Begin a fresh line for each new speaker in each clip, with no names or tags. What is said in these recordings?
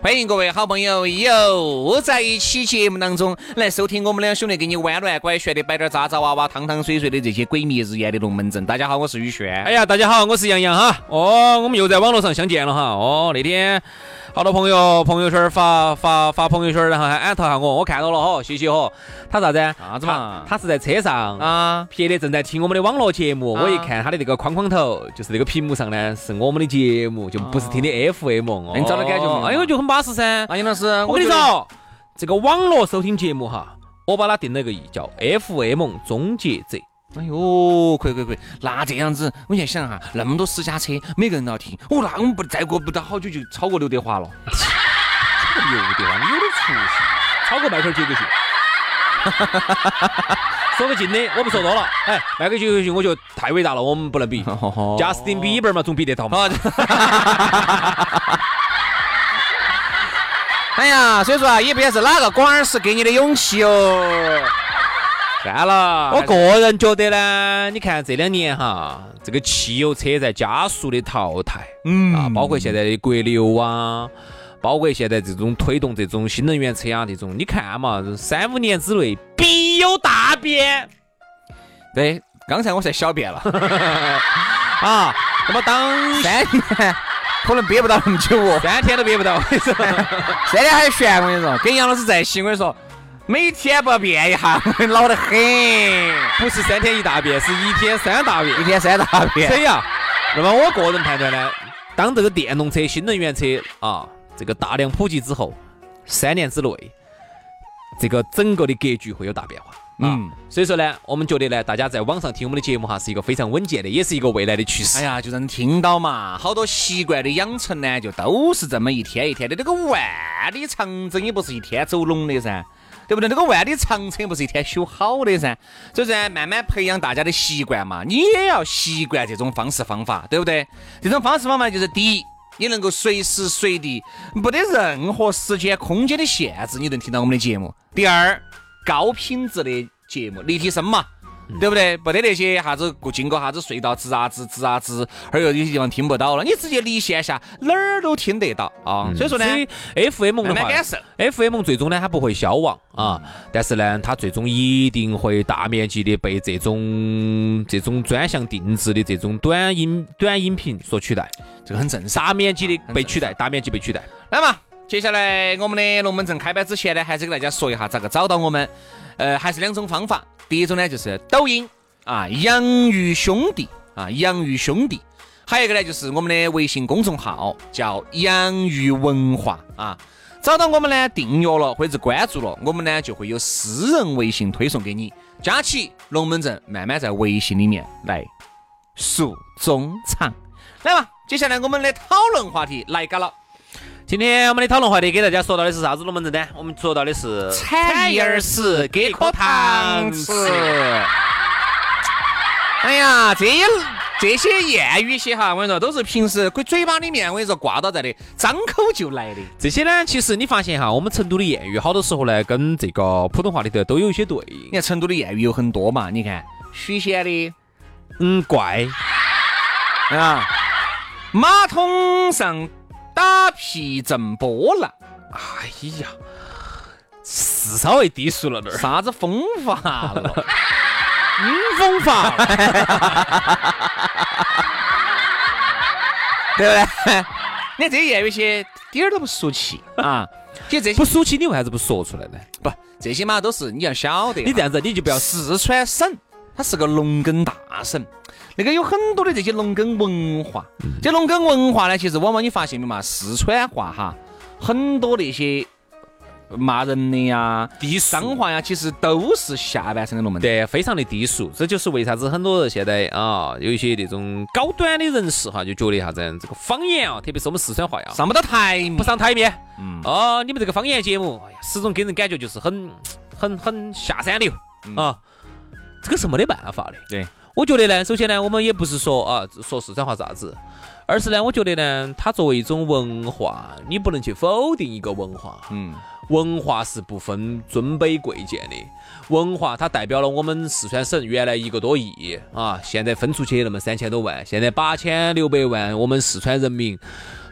欢迎各位好朋友又在一期节目当中来收听我们两兄弟给你弯弯拐旋的摆点儿渣渣娃娃、汤汤水水的这些鬼迷日眼的龙门阵。大家好，我是宇轩。
哎呀，大家好，我是杨洋哈。哦，我们又在网络上相见了哈。哦，那天好多朋友朋友圈发发发朋友圈，然后还艾特下我，我看到了哈，谢谢哈。他啥子？
啥子嘛
他他是在车上
啊，
撇的正在听我们的网络节目，
啊
我一看他的那个框框头，就是那个屏幕上呢是我们的节目，就不是听的 FM 哦。
那你找到感觉没有
哎，我就很巴适噻。
啊，杨老师，
我跟你
觉得，
说，这个网络收听节目哈，我把它定了个义，叫 FM 终结者。
哎呦，快快快！那这样子，我现在想哈，那么多私家车，每个人都要听，哦，那我们不再过不到好久就超过刘德华了。
有的话，你有点出息，超过迈克尔杰克逊。 说个近的，我不说多了。哎，迈克尔杰克逊我觉得太伟大了，我们不能比。Justin
哦
Bieber 嘛，总比得到嘛。
好的。哎呀，所以说啊，也不晓得是哪个广儿是给你的勇气哦。
算了，我个人觉得呢，你看这两年哈，这个汽油车在加速的淘汰，嗯啊，包括现在的国六啊，包括现在这种推动这种新能源车啊，这种你看嘛，三五年之内必有大变
对，刚才我才小便了，
啊。那么当
三年可能憋不到那么久哦。
三天都憋不到，我跟你说，
三天还悬，我跟你说，跟杨老师在一起，我跟你说，每天不变一 下，老得很，
不是三天一大变，是一天三大变
一。天三大
所
变。
以啊，那么我个人判断呢，当这个电动车、新能源车啊，这个大量普及之后，三年之内，这个整个的格局会有大变化。啊
嗯，
所以说呢，我们觉得呢，大家在网上听我们的节目哈，是一个非常稳健的，也是一个未来的趋势。
哎呀，就让你听到嘛，好多习惯的养成呢，就都是这么一天一天的。这个万里长征也不是一天走拢的噻，对不对？这个万里长城也不是一天修好的噻。所以说呢，慢慢培养大家的习惯嘛，你也要习惯这种方式方法，对不对？这种方式方法就是第一。你能够随时随地，没得任何时间空间的限制，你能听到我们的节目。第二，高品质的节目，立体声嘛，对不对？不得那些啥子过经过啥子隧道吱啊吱吱啊吱，而又有些地方听不到了，你直接离线下哪儿都听得到啊。所以说呢，
，FM 的
慢慢嗯
话
感受
，FM 最终呢，它不会消亡啊，但是呢，它最终一定会大面积的被这种这种专项定制的这种短音短音频所取代，
这个啊很正常。
大面积的被取代，大面积被取代。
那么接下来我们的龙门阵开摆之前呢，还是给大家说一下咋个找到我们。呃，还是两种方法，第一种呢就是抖音啊，养鱼兄弟啊，养鱼兄弟。还有一个呢，就是我们的微信公众号叫“养鱼文化”啊，找到我们呢，订阅了或者是关注了，我们呢就会有私人微信推送给你，加起龙门阵，慢慢在微信里面来诉衷肠。来嘛，接下来我们的讨论话题来嘎了，
今天我们的讨论话题给大家说到的是啥子龙门阵呢？我们说到的是
产业儿
是给
颗糖吃。哎呀，这这些谚语些哈，我跟你说，都是平时鬼嘴巴里面我跟你说挂到在的，张口就来的。
这些呢，其实你发现哈，我们成都的谚语好多时候呢，跟这个普通话里头都有一些对应
你。看成都的谚语有很多嘛，你看许仙的
嗯，怪
啊，马桶上打屁震波浪，
哎呀，是稍微低俗了点儿，
啥子风法了？
嗯，风法。
对不对？你看这些谚语些，点儿都不俗气啊！其实这些
不舒淇，你为啥子不说出来呢？
不这些嘛都是你要晓得，
你这样子你就不要
四川省，它是个农耕大省，那个有很多的这些农耕文化。这农耕文化呢，其实往往你发现没嘛，四川话哈，很多那些骂人的呀、
低俗
脏话呀，其实都是下半身的龙门阵。
对，非常的低俗，这就是为啥子很多人现在啊，有一些那种高端的人士哈，就觉得啥子这个方言啊，特别是我们四川话呀，
上不到台面
不，上台面。
嗯
哦，你们这个方言节目，哎呀，始终给人感觉就是很、很、很下三流、啊，这个是没得办法的。
嗯对，
我觉得呢，首先呢，我们也不是说啊说四川话啥子，而是呢，我觉得呢，它作为一种文化，你不能去否定一个文化。
嗯，
文化是不分尊卑贵贱的，文化它代表了我们四川省原来一个多亿啊，现在分出去那么三千多万，现在八千六百万，我们四川人民。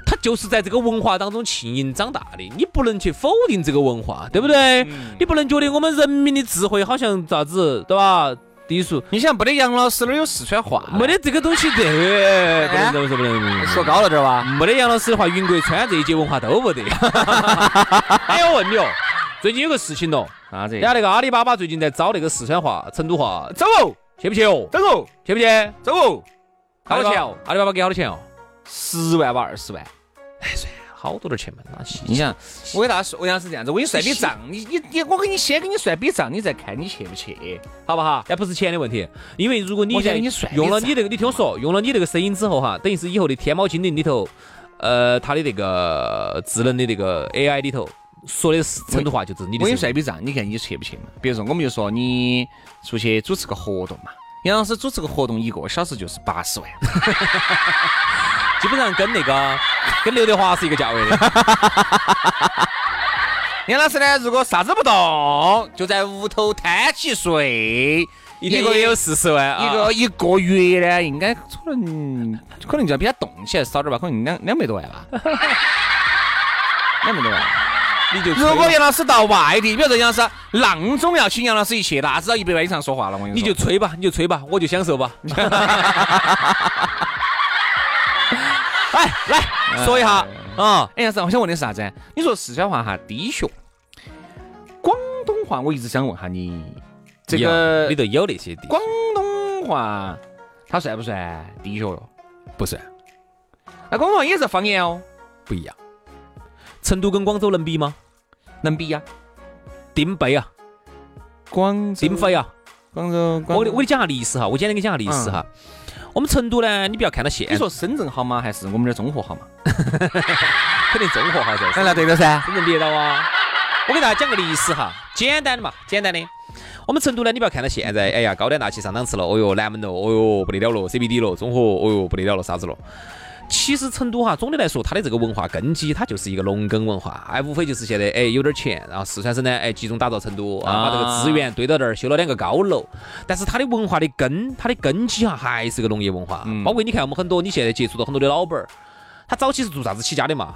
他就是在这个文化当中浸淫长大的，你不能去否定这个文化，对不对？你不能觉得我们人民的智慧好像咋子，对吧？低俗，
你想没得杨老师那儿有四川话，
没得这个东西的，哎不能这么说，不能这么
说高了点儿吧？
没得杨老师的话，云贵川这一节文化都 没得。哎，我问你哦，最近有个事情哦，
啥子
人？家那个阿里巴巴最近在招那个四川话、成都话，
走哦，
去不去哦？
走哦，
去不去？
走哦，
哎好
好
多钱
多钱
哦
哦？
阿里巴巴给好多钱哦？
十万吧，二十万。
好多点钱嘛，那行
你想，我给大家说，我想是这样子，我给你算笔账，你你你，我给你先给你算笔账，你再看你去不去，好不好？
那不是钱的问题，因为如果你
我觉得
在
你算
用了
一
你那个，你听我说，用了你那个声音之后哈，等于是以后的天猫精灵里头，呃，它的那个智能的那个 AI 里头说的是成都话，就是你
我
的
给你
声
算
音。
笔账，你看你去不去嘛？比如说，我们就说你出去主持个活动嘛，杨老师主持个活动一个小时就是八十万，
基本上跟那个跟刘德华是一个价位 的。
杨老师呢，如果啥子不动，就在屋头摊起睡，
一个月有四十万啊，
一个一个月呢，应该可能可能就要比他动起来少点吧，可能两两百 多万吧，两百多万。
你就吹
如果杨老师到外地，比如说杨老师阆中要请杨老师一去，那至少一百万以上说话了。我跟
你
你
就
说，
吹吧，你就吹吧，我就享受 吧。哎，来说一下啊，
哎，杨老师，我想问的是啥子？你说四川话哈低俗，广东话我一直想问下你，这
有
个
里头有那些地
广东话它算不算低俗哟？
不算
那广东话也是方言哦，
不一样。成都跟广州能比吗？
能比呀？
丁倍啊，
广
丁肥啊。
广州，
我
广
我
州
给你讲下历史哈，我简单给你讲下历史哈。我们成都呢，你不要看到现在，
嗯你说深圳好吗？还是我们这儿综合好吗？
肯定综合哈噻，
那对头噻。
深圳别到啊。我给大家讲个历史哈，简单的嘛，简单的。我们成都呢，你不要看到现在，哎呀，高端大气上档次了，哦哟，南门了，哦哟，不得了了，CBD 了，综合，哦哟，不得了了，啥子了？其实成都哈，总的来说，它的这个文化根基，它就是一个农耕文化，哎，无非就是现在哎有点钱，然后四川省呢，哎集中打造成都啊，把这个资源堆到这儿，修了两个高楼。但是它的文化的根，它的根基哈，还是个农业文化。包括你看我们很多，你现在接触到很多的老板儿，他早期是做啥子起家的嘛？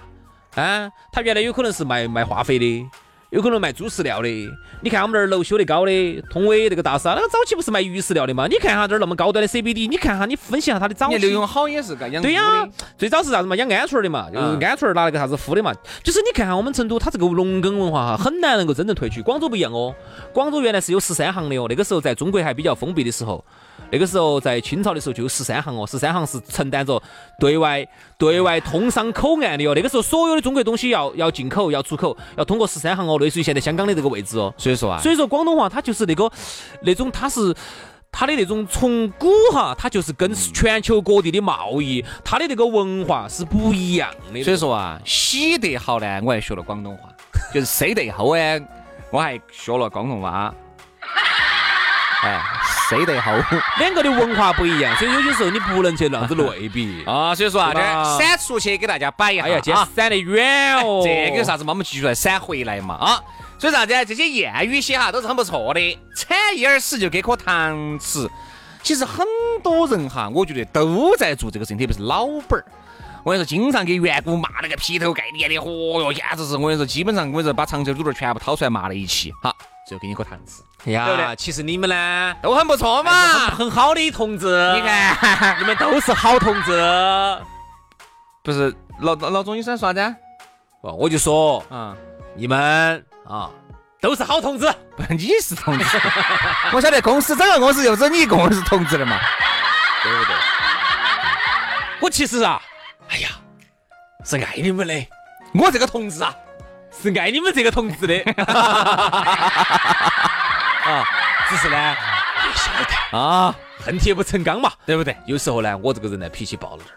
啊，他原来有可能是卖卖化肥的。有可能卖猪饲料的，你看我们这儿楼修得高的，通威这个大厦，那个早期不是卖鱼饲料的嘛？你看哈这儿那么高端的 CBD，你看哈，你分析下它的早
你
期。
看刘永好也是个养猪
对
的
呀、最早是啥子嘛？养鹌鹑儿的嘛，就是
嗯
鹌鹑儿拿那个啥子孵的嘛。就是你看哈，我们成都它这个农耕文化哈，很难能够真正退去。广州不一样哦，广州原来是有十三行的哦，那个时候在中国还比较封闭的时候，那个时候在清朝的时候就有十三行哦，十三行是承担着对外对外通商口岸的哦。那个时候所有的中国东西要要进口要出口，要通过十三行哦，类似于现在香港的这个位置哦。
所以说啊，
所以说广东话它就是那个那种它是。它的那种从古哈，它就是跟全球各地的贸易，它的那个文化是不一样的。
所以说啊，洗得好呢，我还学了广东话；就是塞得好呢，我还学了广东话。哎，塞得好。
两个的文化不一样，所以有些时候你不能去那 样子类比
啊，所以说啊，这
对吧
儿闪出去给大家摆一下
哎呀，今天
啊。
闪得远 哦。
这个有啥子嘛？我们继续来闪回来嘛啊！所以啥子啊？这些谚语些哈都是很不错的，铲一耳屎就给颗糖吃。其实很多人哈，我觉得都在做这个事情，特别是老板儿。我跟你说，经常给员工骂那个劈头盖脸的，嚯哟，简直是！我跟你说，基本上我跟你说，把长久肚儿全部掏出来骂了一气，哈，最后给你颗糖吃，
哎
对不
呀，
对
其实你们呢，哎
都很不错嘛。
很很好的同志。
你， 看，
你们都是好同志。哦
不是老老老钟，你想说啥子啊？
哦我就说，
嗯，
你们啊都是好同志。
你是同志， 我晓得公司整个公司就只有你一个人是同志的嘛。
我其实啊，哎呀，是爱你们的，
我这个同志啊，
是爱你们这个同志 的。啊，只是呢，也晓得啊，恨铁不成钢嘛，对不对？有时候呢，我这个人呢脾气暴了点儿，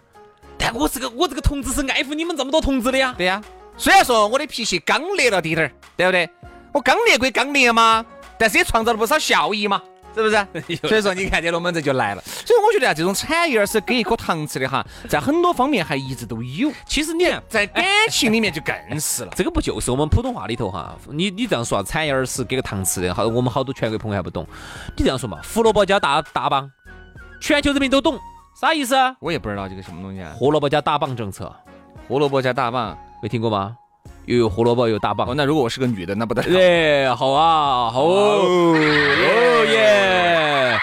但我这个我这个同志是爱护你们这么多同志的呀。
对呀、虽然说我的脾气刚烈了滴点儿，对不对？我刚烈归刚烈嘛，但是也创造了不少效益嘛，是 不是？所以说你看这龙门阵就来了。所以我觉得啊，这种产业是给一颗糖吃的哈，在很多方面还一直都有，哎
其实你看，
在感情里面就更是了。
这个不就是我们普通话里头哈？你你这样说啊，产业儿是给个糖吃的，好，我们好多全国朋友还不懂。你这样说嘛，胡萝卜加大大棒，全球人民都懂，啥意思啊？
我也不知道这个什么东西啊，
胡萝卜加大棒政策，
胡萝卜加大棒。
没听过吗？又有胡萝卜，又有大
哦，
棒。
那如果我是个女的，那不得 了。
哎，好啊，好哦，哦耶！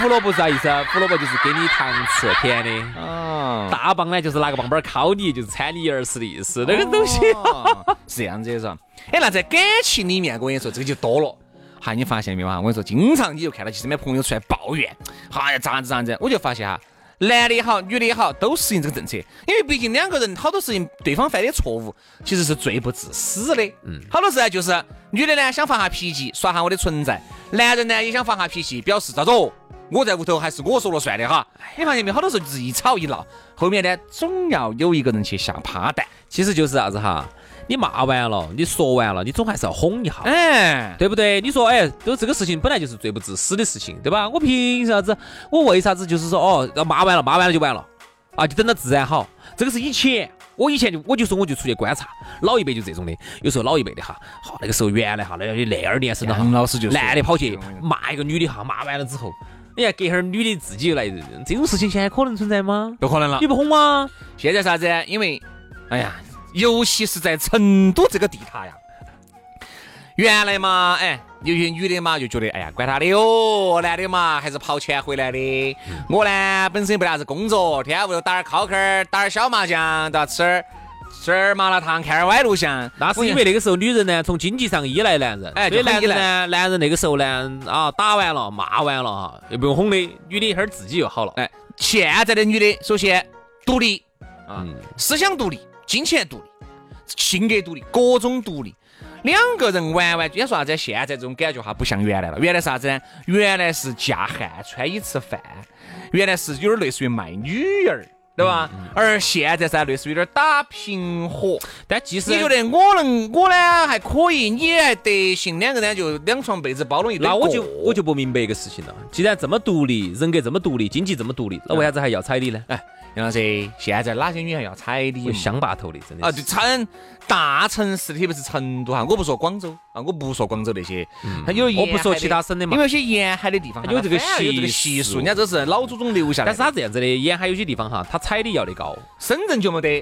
胡萝卜是啥意思啊？胡萝卜就是给你糖吃，甜的。
啊，
大棒呢，就是拿个棒棒敲你，就是掺你儿时的意思，那个东西。
哦是这样子的，是吧？哎，那在感情里面，我跟你说，这个就多了。哈，你发现没有哈？我跟你说，经常你就看到其身边朋友出来抱怨，哈呀，咋子啊咋子，我就发现哈，男的也好，女的也好，都实行这个政策，因为毕竟两个人好多事情，对方犯的错误其实是罪不至死的。嗯，好多事呢，就是女的呢想发下脾气，耍下我的存在；男人呢也想发下脾气，表示咋着，我在屋头还是我说了算的哈。你发现没有？好多时候就是一吵一闹，后面呢总要有一个人去下趴蛋。
其实就是啥子哈？你骂完了，你说完了，你总还是要哄一下。
哎，
对不对？你说，哎，都这个事情本来就是罪不至死的事情，对吧？我凭啥子？我为啥子就是说，哦，要骂完了，骂完了就完了，啊，就等到自然好。这个是以前，我以前就我就说我就出去观察，老一辈就这种的。有时候老一辈的哈，好那个时候原来哈，那那二年生的哈，
杨老师就说
男的跑去
这种
骂一个女的哈，骂完了之后，你看隔一会儿女的自己来，这种事情现在可能存在吗？
不可能了
你。不哄吗？
现在啥子？因为，哎呀，尤其是在成都这个地塔呀，原来嘛，哎，有些女的嘛就觉得，哎呀，管他的哟，男的嘛还是跑钱回来的。
嗯
我呢本身也不啥子工作，天天屋头打点烤烤儿，打点小麻将，都要吃点吃点麻辣烫，看点歪录像。
那是因为那个时候女人呢，从经济上依赖男人，
哎
所以
就
男
很依
人
赖
呢，男人那个时候呢，啊，打完了骂完了哈，又不用哄的，女的一会儿自己就好了。
哎，现在的女的首先独立啊，
嗯
思想独立，金钱独立，性格独立，各种独立。两个人完完，全说啥子？现在这种感觉哈，不像原来了。原来啥子呢？原来是嫁汉穿衣吃饭，原来是有点类似于卖女儿，对吧？
嗯
而现在噻，类似于有点打平和。
但即使
你觉得我能，我呢还可以，你还得行，两个人就两床被子包拢一堆
那我
过
就我就不明白一个事情了，既然这么独立，人格这么独立，经济这么独立，那为啥子还要彩礼呢？
哎，杨老师，现在哪些女孩要彩礼
我
嘛
乡坝头的，真
啊，
的。
就是成大城市，特别是成都哈，我不说广州啊，我不说广州那些，它有
嗯我不说
沿海
其他省的嘛
因为有些沿海的地方哈
它有这个
它反而有这个
习
习
俗
俗，人家这是老祖宗留下
但
来的。
是他这样子的，沿海有些地方哈，他彩礼要的高
深圳就没得，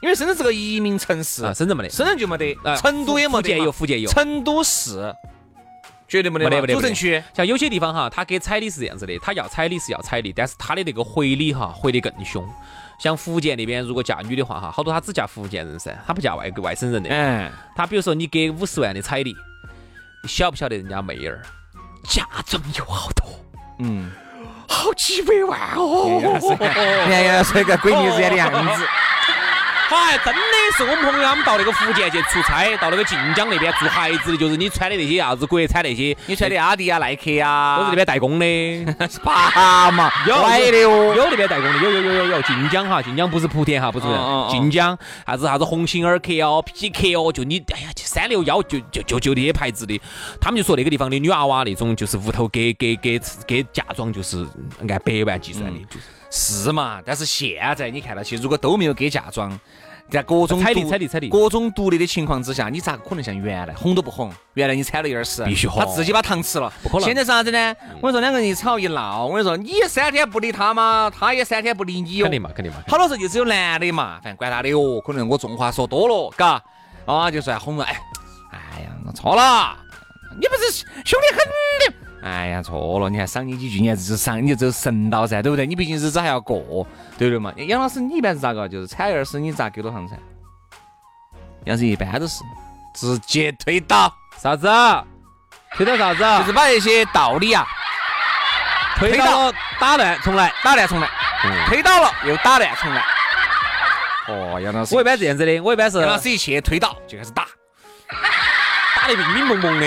因为深圳是个移民城市
啊，，深圳没得，
深圳就没得
哎，
成都也没
福建
得
有，
嘛，
福建有。
成都市绝对没
没
得
得
嘛，
没得
主
没得
城区
像有些地方哈，他给彩礼是这样子的，他要彩礼是要彩礼，但是他的那个回礼哈，回得更凶。像福建那边，如果嫁女的话哈，好多他只嫁福建人噻，他不嫁外外省人的。
哎，
他比如说你给五十万的彩礼，你晓不晓得人家妹儿嫁妆有好多，
嗯，
好几百万哦。
你看杨老师那个鬼女子的样子，
嗨，哎真的是我们朋友他们到那个福建去出差，到那个晋江那边做孩子的，就是你穿的那些啥子国产那些，
你穿的阿迪啊、耐克啊，
都是那边代工的。
爸嘛，
有
歪的哦，
有那边代工的，有有有有有晋江哈，晋江不是莆田哈，不是
哦哦哦
晋江，啥子啥子鸿星尔克哦、匹克哦，就你哎呀，就三六幺就就就就那些牌子的，他们就说那个地方的女娃娃那种，就是屋头给给给给嫁妆就是按百万计算的，就是
是嘛？但是现在你看到起，如果都没有给嫁妆，在各种
啊彩礼
独
彩礼彩礼
各种独立的情况之下，你咋个可能像原来哄都不哄？原来你踩了一耳屎，
必须哄
他自己把糖吃了，
不可能
现在是啥子呢？我跟你说两个人一吵一闹，我跟你说你三天不理他嘛，他也三天不理你哟
肯。定嘛，肯定嘛。
好多时候就只有男的嘛，反正管他的哟，可能我重话说多了，嘎，啊，就是哄了，哎，哎呀，我错了，你不是凶得很的。哎呀，错了！你还赏你几句，你还是赏，你就神道噻，对不对？你毕竟日子还要过，对不对嘛？杨老师，你一般是咋个？就是踩二十，你咋给多长噻？杨老师一般都是直接推倒，
啥子？推到啥子？啊
就是把一些道理啊
推
推
到
倒
了打乱，重来。
打乱重来，推倒了又打乱重来。嗯哦，杨老师
我一，般这样子的，我一般是
杨老师一去推倒就开 始打，
打得迷迷蒙蒙的，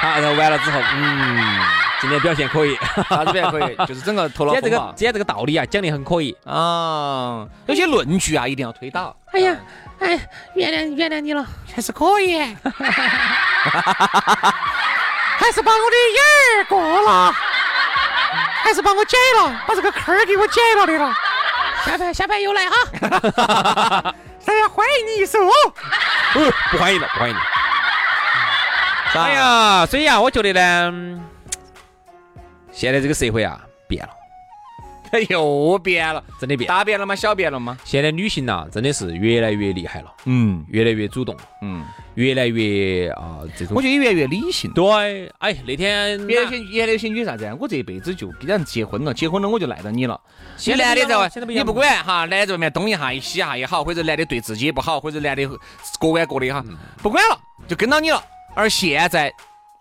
好，然后完了之后，嗯，今天表现可以。
啥子不可以？就是整个头
今
脑
天这
风
个
暴
今天这个道理啊，讲得很可以。
啊，有些论据啊一定要推 倒，
哎呀，哎，原谅原谅你了。
还是可以， 还是把我的眼儿过了，还是把我解了，把这个坑儿给我解了的了。
下班下班又 来哈。啊
大家欢迎你一首。
哦，不欢迎了，不欢迎了。
嗯
哎呀，所以啊，我觉得呢，嗯现在这个社会啊变了，
又变了，
真的变了。
大变了吗？小变了吗？
现在女性呐、真的是越来越厉害了，
嗯
越来越主动，
嗯，
越来越啊、这种。
我觉得越来越理性。
对，哎，那天
原来有些原来有些女的啥子啊？我这一辈子就必然结婚了，结婚了我就赖到你了。
现在
男的
不一样
在外
了现在，不一
你
样
不管哈，男的在外面东一下一西一下也好，或者男的对自己也不好，或者男的各管各的哈，不管了，就跟到你了。而现在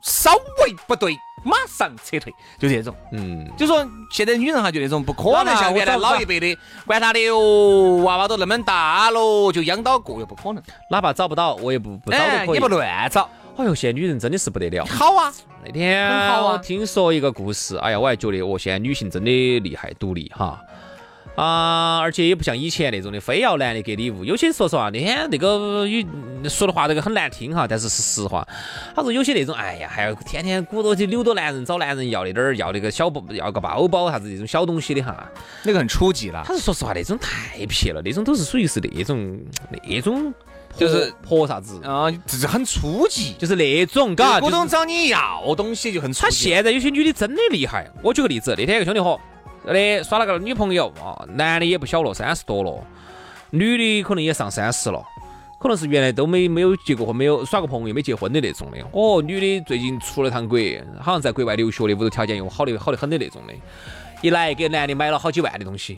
稍微不对，马上撤退，就这种。
嗯，
就说现在女人哈，就那种不可能像原来
我找不到
老一辈的，管他的哟，娃娃都那么大喽，就养到过又不可能，
哪怕找不到，我也不不找
哎，
都可
也
以。
不乱找，
哎呦，现在女人真的是不得了。
好啊，
那天
很好啊
我听说一个故事，哎呀，我还觉得哦，现在女性真的厉害，独立哈。啊，而且也不像以前那种的，非要男的给礼物。有些说实话，那天那个有说的话这个很难听哈，但是是实话。他说有些那种，哎呀，还要天天鼓捣去扭到男人，找男人要那点儿，要那个小包，要个包包啥子这种小东西的哈。
那个很初级了。
他是说实话，那种太撇了，那种都是属于是那种那种婆，
就是
婆啥子，
啊，这是很初级，
就是那种嘎，就是
股东找你要东西就很
他
出啊现。
现在有些女的真的厉害。我举个例子，那天有个兄弟伙，那耍了个女朋友啊，男的也不小了，三十多了，女的可能也上三十了，可能是原来都没没有结过婚，没有耍过朋友，没结婚的那种的。哦，女的最近出了趟国，好像在国外留学的，屋头条件又好的好的很的那种的，一来给男的买了好几万的东西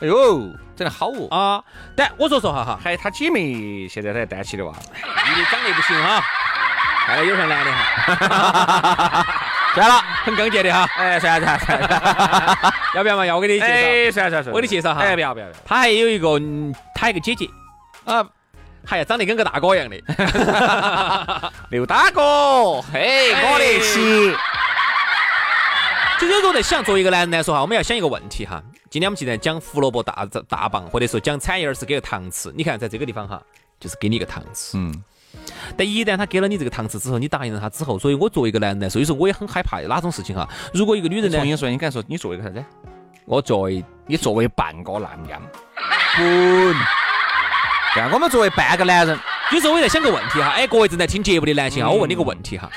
哎呦，真的好哦！
啊。但我说说哈哈，
还有他姐妹现在她还单起的娃，
女的长得不行哈，看来有像男的哈，
算了，
很刚健的哈，
哎，算了算了算了，
要不要嘛？要我给你介绍，
啊哎，算了算了算了，
我给你介绍哈。
哎，不要不要不
他还有一个，嗯他还有一个姐姐，
要啊，
还要长得跟个大哥一样的，
刘大哥，嘿，
哎
我得起，
就有时候在想，作为一个男人来说哈，我们要想一个问题哈。今天我们既然讲胡萝卜大大棒，或者说讲产业儿是给个糖吃，你看在这个地方哈，就是给你一个糖吃。
嗯，
但一旦他给了你这个糖吃之后，你答应了他之后，所以我作为一个男人来说，有时候我也很害怕哪种事情哈。如果一个女人
重
呢，
新说，你刚才说你作为一个啥子？
我作为
你作为半个男人，滚！对啊，我们作为半个男人，
有时候我也在想个问题哈，哎，各位正在听节目的男性啊，我
嗯
问你个问题哈，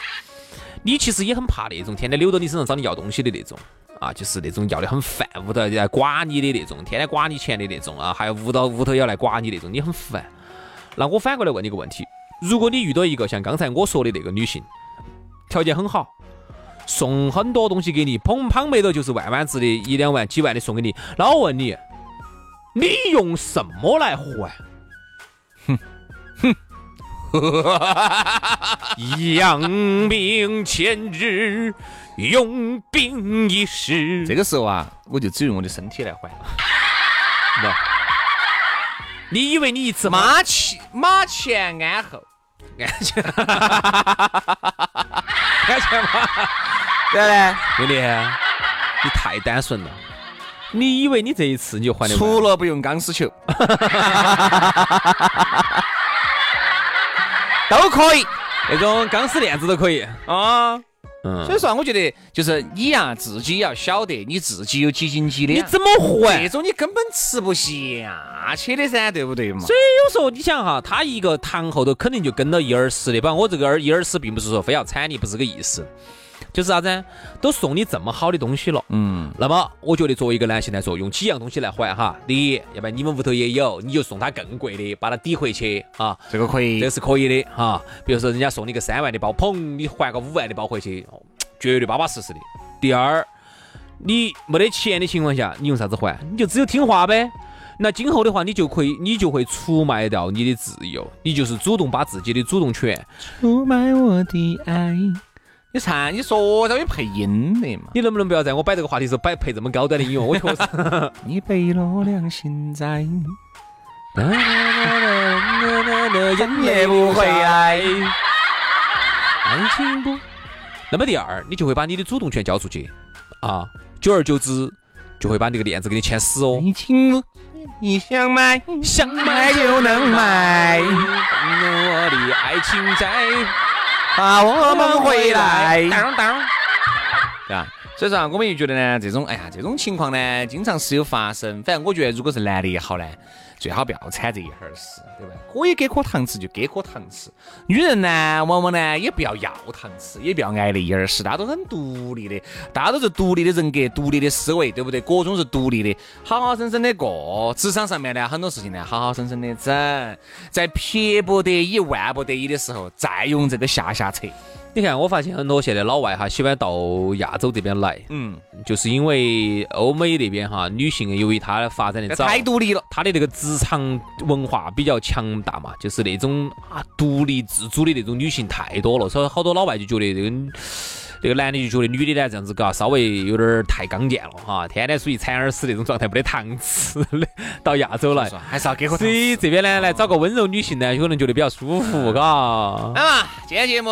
你其实也很怕那种天天扭到你身上找你要东西的那种啊，就是那种要得很烦，屋头要来刮你的那种，天天刮你钱的那种啊，还有屋到屋头要来刮你那种，你很烦。那我反过来问你个问题，如果你遇到一个像刚才我说的那个女性，条件很好。送很多东西给你，捧旁没头就是万万值的，一两万、几万的送给你。那我问你，你用什么来还？ 养兵千日，用兵一时。
这个时候啊，我就只用我的身体来还。
你以为你一次吗？
马前马前鞍后，
安全，安全吗？
对嘞。
兄弟，你太单纯了。你以为你这一次你就还得完
除了不用钢丝 球，都可以
那种钢丝链子都可以？
啊。
嗯
所以说啊，我觉得就是你呀、自己要晓得你自己有几斤几
你
两。
怎么还
这？啊种你根本吃不下去的噻，对不对嘛？
所以有时候你想哈，他一个堂后头肯定就跟到一二十的，不然我这个二一二十并不是说非要惨你，不是这个意思，就是啥子？都送你这么好的东西了，嗯，那么我觉得作为一个男性来说，用几样东西来还哈，第一，要不然你们屋头也有，你就送他更贵的，把他抵回去啊，
这个可以
这，是可以的哈、比如说人家送你个三万的包，砰，你还个五万的包回去，哦绝对巴巴适适的。第二，你没得钱的情况下，你用啥子还？你就只有听话呗。那今后的话，你就可以，你就会出卖掉你的自由，你就是主动把自己的主动权，
出卖我的爱。你唱，你说让你配音的嘛？
你能不能不要在我摆这个话题时候摆配这么高端的音乐？我确实，
你背了良心债，
眼
泪不啊回来，
安情不。那么第二，你就会把你的主动权交出去啊，久而久之就会把那个链子给你牵死哦。
你情我，你想买，
想
买就能买，
我的爱情债，
把我们回来。
当当。
对吧？所以说啊，我们就觉得呢，这种哎呀，这种情况呢，经常是有发生。反正我觉得，如果是男的也好呢，最好不要掺这一哈儿事，对吧？可以给颗糖吃就给颗糖吃。女人呢，往往呢也不要要糖吃，也不要挨那一哈儿事，大家都很独立的，大家都是独立的人格、独立的思维，对不对？各种是独立的，好好生生的过。职场上面呢，很多事情呢，好好生生的整，在撇不得已、万不得已的时候，再用这个下下策。
你看，我发现很多现在老外哈喜欢到亚洲这边来，
嗯，
就是因为欧美那边哈女性啊由于她发展的早，
太独立了。
她的那个职场文化比较强大嘛，就是那种啊独立自主的那种女性太多了，所以好多老外就觉得这个。这个男的就觉得女的呢这样子搞稍微有点儿太刚健了哈，天天属于馋耳屎那种状态，没得糖吃 的。到亚洲来，
还哎是要给颗糖
所
吃。
以这边呢来找个温柔女性呢，有可能觉得比较舒服，嘎。
那么啊今天节目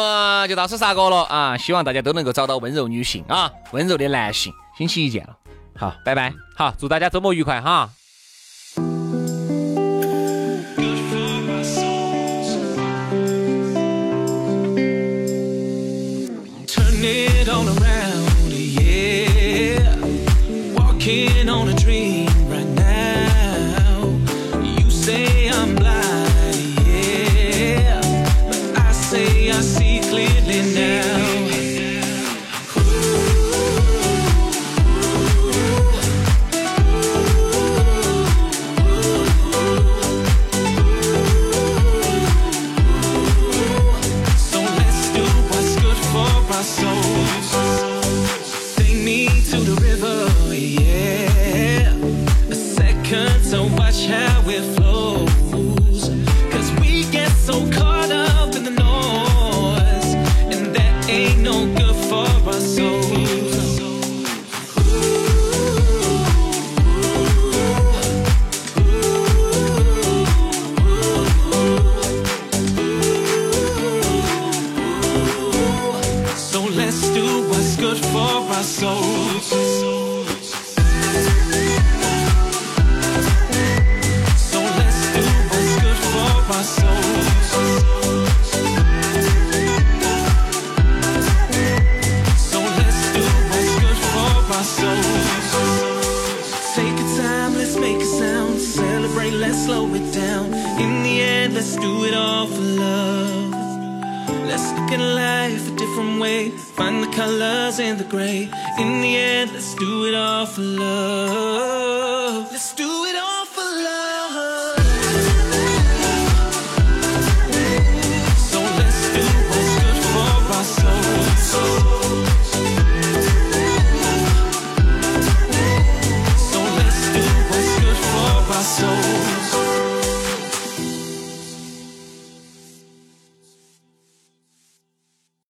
就到此杀过了啊！希望大家都能够找到温柔女性啊，温柔的男性。星期一见了，
好，
拜拜。
好，祝大家周末愉快哈。
Turn it all around, yeah. Walking on a dream right now. You say I'm blind, yeah. But I say I see clearly now. So let's do what's good for our souls. Take me to the river, yeah. A second to watch how it flows. Cause we get so caught up in the noise. And that ain't no good for our souls. So let's do what's good for our souls. So let's do what's good for our souls. So let's do what's good for our souls. Take your time, let's make a sound. Celebrate, let's slow it down. In the end, let's do it all for love. Let's look at life a different way. Find the colors in the gray. In the end, let's do it all for love. Let's do it all.